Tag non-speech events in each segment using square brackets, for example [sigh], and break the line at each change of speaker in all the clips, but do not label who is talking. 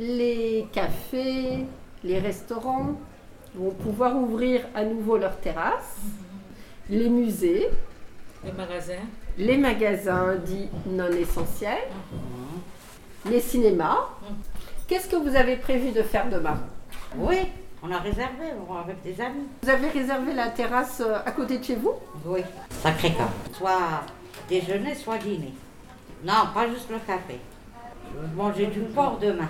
les cafés, les restaurants vont pouvoir ouvrir à nouveau leurs terrasses, les musées,
Les magasins.
les magasins dits non essentiels, les cinémas. Qu'est-ce que vous avez prévu de faire demain
Oui, on a réservé on- avec des amis.
Vous avez réservé la terrasse euh, à côté de chez vous
Oui. Sacré cas. Soit déjeuner, soit dîner. Non, pas juste le café. Je vais manger du porc
[laughs]
demain.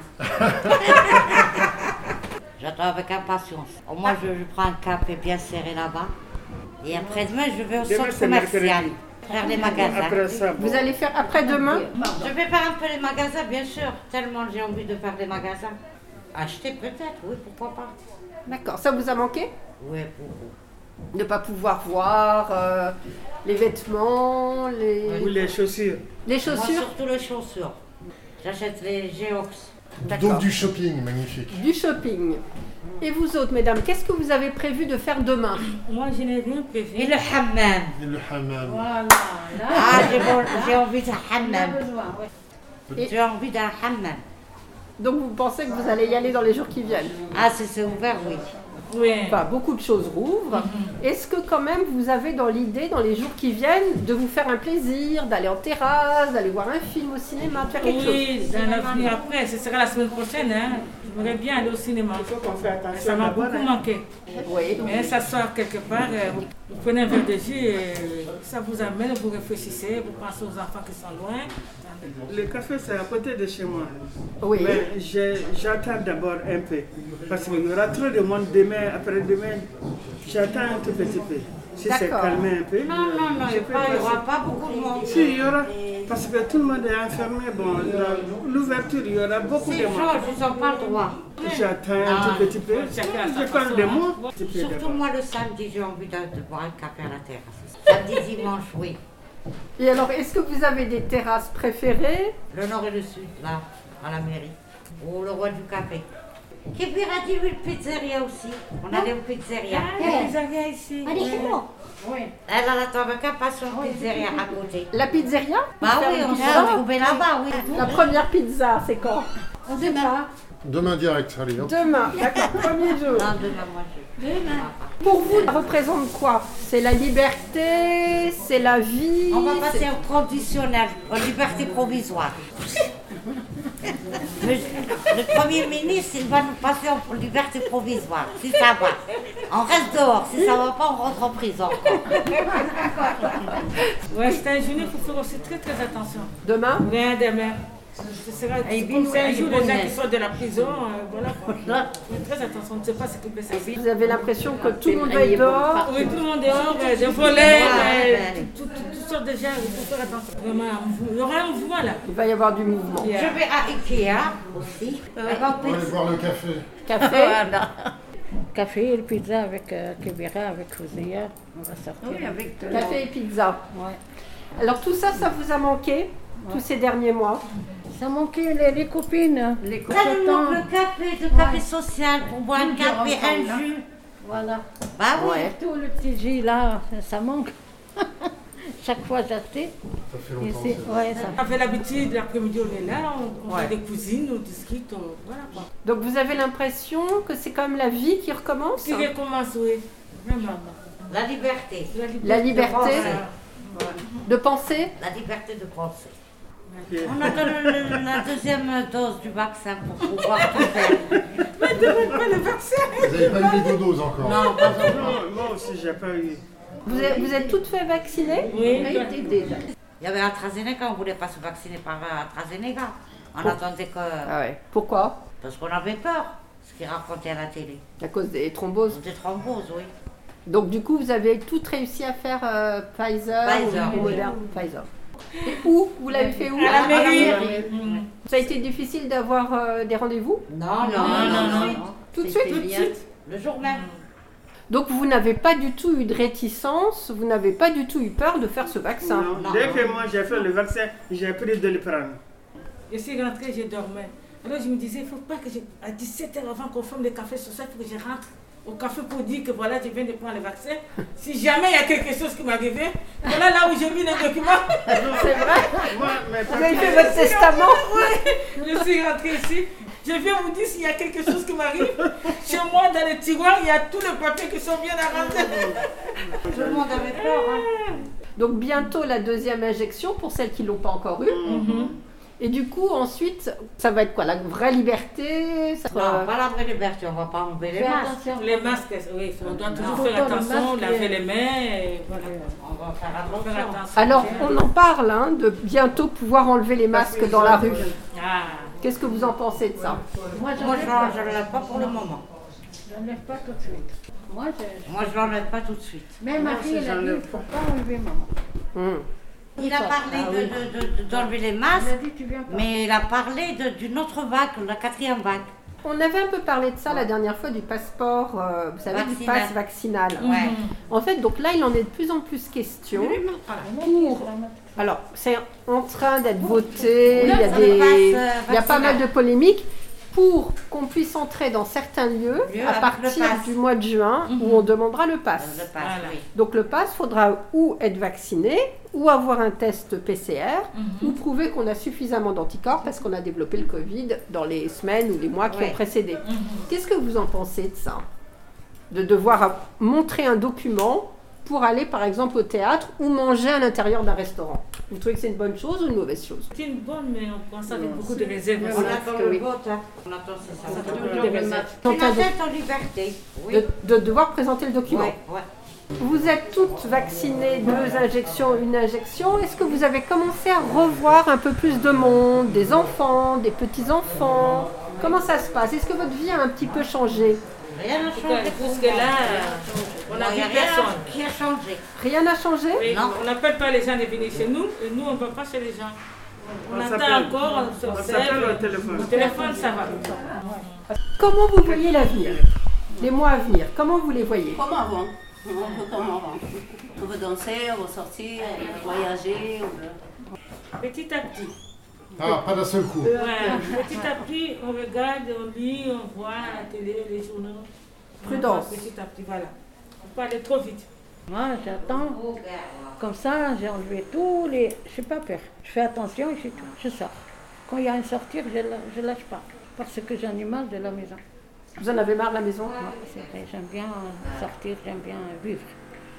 J'attends avec impatience. Au moins, je, je prends un café bien serré là-bas. Et après-demain, je vais au
Demain,
centre
c'est
commercial.
mercredi.
Faire les magasins.
Après ça, bon.
Vous allez faire après-demain
Je vais faire un peu les magasins, bien sûr. Tellement j'ai envie de faire les magasins. Acheter peut-être, oui, pourquoi pas.
D'accord, ça vous a manqué
Oui, beaucoup.
Ne pas pouvoir voir euh, les vêtements,
Ou
les,
les chaussures.
les
Moi,
chaussures
surtout les chaussures. J'achète les Geox.
D'accord.
Donc du shopping, magnifique.
Du shopping. Et vous autres, mesdames, qu'est-ce que vous avez prévu de faire demain
Moi, je n'ai rien prévu.
Et le hammam.
Et le hammam.
Voilà, là,
Ah, j'ai bon- j'ai envie d'un
on a
hammam.
besoin. ouais.
Et-
J'ai envie d'un hammam.
Donc vous pensez que vous allez y aller dans les jours qui viennent
Ah, si c'est ouvert, oui.
Oui.
Enfin, beaucoup de choses rouvrent. Est-ce que quand même vous avez dans l'idée, dans les jours qui viennent, de vous faire un plaisir, d'aller en terrasse, d'aller voir un film au cinéma, de faire quelque chose
Oui, dans l'avenir après, ce sera la semaine prochaine. Hein. J'aimerais bien aller au cinéma.
Il faut qu'on fasse
Ça
attention
m'a
d'abord.
beaucoup
hein.
manqué.
Oui.
Mais ça sort quelque part, euh, vous, vous prenez un verre de jus, euh, ça vous amène, vous réfléchissez, vous pensez aux enfants qui sont loin.
Le café, c'est à côté de chez moi.
Oui.
Mais j'ai- j'attends d'abord un peu. Parce qu'il y aura trop de monde demain, après-demain. J'attends un tout petit peu. Si c'est
D'accord.
calmé un peu.
Non, non, non,
je
il
peux
n'y aura
passer.
pas beaucoup de monde.
Si, il y aura. Parce que tout le monde est enfermé. Bon, la- l'ouverture, il y aura beaucoup
Ces
de monde.
gens, ils n'ont pas le droit.
J'attends un
Ah,
tout petit peu. Je parle de moi. un petit peu
hein. Surtout
d'abord.
moi, le samedi, j'ai envie de, de boire un café à la terrasse. Samedi, dimanche, oui.
Et alors, est-ce que vous avez des terrasses préférées
Le nord et le sud, là, à la mairie. Ou le roi du café. Qui verra dit oui, le pizzeria aussi. On
Hein
allait au pizzeria.
Ah, arrivent ici.
Elle a la avec impatience pizzeria à côté.
La pizzeria
Bah
Faire
oui,
une
on
pizza
s'est retrouvé là-bas, oui.
La première pizza, c'est quand
Demain direct, allez. hop.
Demain, d'accord, premier jour.
Non, demain, moi, je. Demain.
Pour vous, ça représente quoi C'est la liberté, c'est la vie
On va
c'est-
passer au conditionnel, en liberté provisoire. Le, le Premier ministre, il va nous passer en liberté provisoire, si ça va. On reste dehors, si ça va pas, on rentre en prison.
Ouais, c'est un journée, il faut faire aussi très très attention.
Demain
Rien demain. Ce sera
Et
comme
bisous,
c'est un
et
jour,
bonnes
les gens qui
fêtes.
sortent de la prison, euh, voilà quoi. Faites très attention, on ne sait pas ce qui peut s'arriver.
Vous avez l'impression que tout le monde va être dehors
Oui, tout le monde dehors, euh, des volets, euh,
Ouais, ouais.
tout- tout- tout- toutes sortes de gens, il faut faire attention. Vraiment, un mou- il y aura un mouvement là.
Il va y avoir du mouvement.
Je vais à Ikea aussi. Elle va au
On va aller
pizza-
boire le café.
Café
Café et pizza avec euh, Kibera, avec Rosia. On va sortir.
Oh,
Café et pizza.
Ouais.
Alors tout ça, ça vous a manqué tous ces derniers mois
Ça manquait les, les copines. Les
Ça nous manque le café, le café social pour boire un café, un jus.
Voilà.
Bah oui.
Tout le petit J là, ça manque. [laughs] Chaque fois j'achetais.
Ça fait
Et
longtemps.
c'est-
ça.
Ouais, ça.
On avait l'habitude, l'après-midi on est là, on, on fait des cousines, on discute, on- voilà quoi.
Donc vous avez l'impression que c'est quand même la vie qui recommence
Qui recommence, oui. Vraiment. bah,
La liberté.
La liberté
Voilà.
de penser
La liberté de penser.
Ok.
On attend le- le- la deuxième dose du vaccin pour pouvoir tout faire.
euh,
Vous n'avez pas eu les deux doses encore.
Non, pas encore.
Non, Moi aussi, j'ai pas eu.
Vous êtes, vous êtes toutes fait vacciner
Oui,
Il y avait AstraZeneca, on ne voulait pas se vacciner par AstraZeneca. On attendait que.
ouais. Pourquoi
Parce qu'on avait peur, ce qu'ils racontaient à la télé.
À cause des thromboses.
Des thromboses, oui.
Donc du coup, vous avez toutes réussi à faire euh, Pfizer,
Pfizer,
ou
oui.
Moderna. Pfizer. Et où Vous l'avez fait où
à la mairie.
Ça a été difficile d'avoir euh, des rendez-vous
Non, non,
Non, non, non,
Tout de suite, tout de suite.
Le jour même.
Donc vous n'avez pas du tout eu de réticence, vous n'avez pas du tout eu peur de faire ce vaccin.
Non.
Non.
Dès que moi j'ai fait le vaccin, j'ai pris de le prendre.
Je suis rentrée, je dormais. Alors je me disais, il ne faut pas que je, à 17h avant qu'on ferme le café social, il faut que je rentre au café pour dire que voilà, je viens de prendre le vaccin. Si jamais il y a quelque chose qui m'arrivait, voilà là où j'ai mis les documents.
C'est vrai Moi, mes
Vous avez
papiers,
fait votre testament
Je suis rentrée ici. Je viens vous dire s'il y a quelque chose qui m'arrive. Chez moi, dans le tiroir, il y a tous les papiers qui sont bien arrangés.
Tout le monde avait peur. hein.
Donc bientôt la deuxième injection pour celles qui l'ont pas encore eu. Et du coup ensuite, ça va être quoi La vraie liberté ça sera-
Non, pas la vraie liberté, on va pas enlever les
Fais
masques.
attention.
Les masques, oui, Ah, on doit toujours
Faut
faire
pas le
attention,
masque,
laver
euh,
les mains. et voilà.
On va faire
Faut faire
attention.
attention.
Alors on en parle hein, de bientôt pouvoir enlever les masques dans la rue.
Ah.
Qu'est-ce que vous en pensez de ça
Moi, je
Moi, je
n'enlève
l'en-
pas.
je l'enlève pas pour le moment.
Je n'enlève pas tout de suite. Moi, je...
Moi, je l'enlève pas tout de suite.
Même ma fille, elle a dit, il ne faut pas enlever maman.
Hmm.
Il a parlé de- de- de- d'enlever les
Elle a
masques,
dit, tu viens pas.
mais il a parlé de- d'une autre vague, la quatrième vague.
On avait un peu parlé de ça la dernière fois du passeport, euh, vous savez, du
Vaccinal.
passe vaccinal.
Ouais.
En fait, donc là, il en est de plus en plus question. Alors, c'est en train d'être voté, il y a,
Ça
des-
passe, euh,
il y a pas mal
vaccinal.
de polémiques pour qu'on puisse entrer dans certains lieux
Lieu
à
avec
partir
le pass.
du mois de juin où on demandera le pass.
Euh, Le passe,
Voilà.
oui.
Donc le pass, faudra ou être vacciné, ou avoir un test PCR,
Mhm.
ou prouver qu'on a suffisamment d'anticorps parce qu'on a développé le Covid dans les semaines ou les mois qui
Ouais.
ont précédé.
Mhm.
Qu'est-ce que vous en pensez de ça De devoir montrer un document pour aller par exemple au théâtre ou manger à l'intérieur d'un restaurant. Vous trouvez que c'est une bonne chose ou une mauvaise chose
C'est une bonne, mais on prend ça avec beaucoup de réserve.
On
Voilà.
attend
que
le
oui.
vote, hein. On attend, c'est ça.
Ça fait
Tu
toujours plaisir.
nagètes en liberté. Oui.
De, de devoir présenter le document.
Ouais, ouais.
Vous êtes toutes vaccinées, deux injections, une injection. Est-ce que vous avez commencé à revoir un peu plus de monde, des enfants, des petits-enfants Comment ça se passe Est-ce que votre vie a un petit peu changé
Rien n'a
Parce
changé.
que- Parce que là, on n'a
Il y a
vu
rien
personne.
qui a changé.
Rien n'a changé
Oui,
Non.
On n'appelle pas les gens de venir chez nous et nous on ne va pas chez les gens. On,
On
attend
s'appelle.
encore, on
On
s'observe.
s'appelle au téléphone.
Au téléphone, ça va.
Comment vous voyez l'avenir Les mois à venir, comment vous les voyez
Comme avant. On veut comme avant. On veut danser, on veut sortir, on veut voyager, on veut...
Petit à petit.
Ah, pas d'un seul coup.
Ouais, Petit à petit, on regarde, on lit, on voit à la télé, les journaux.
Prudence.
Petit à petit, voilà. On peut aller trop vite.
Moi, j'attends.
euh,
Comme ça, j'ai enlevé tous les. Je n'ai pas peur. Je fais attention et c'est tout. Je sors. Quand il y a un sortir, je ne lâche pas. Parce que j'en ai marre de la maison.
Vous en avez marre de la maison
Ouais, c'est vrai, J'aime bien sortir, j'aime bien vivre.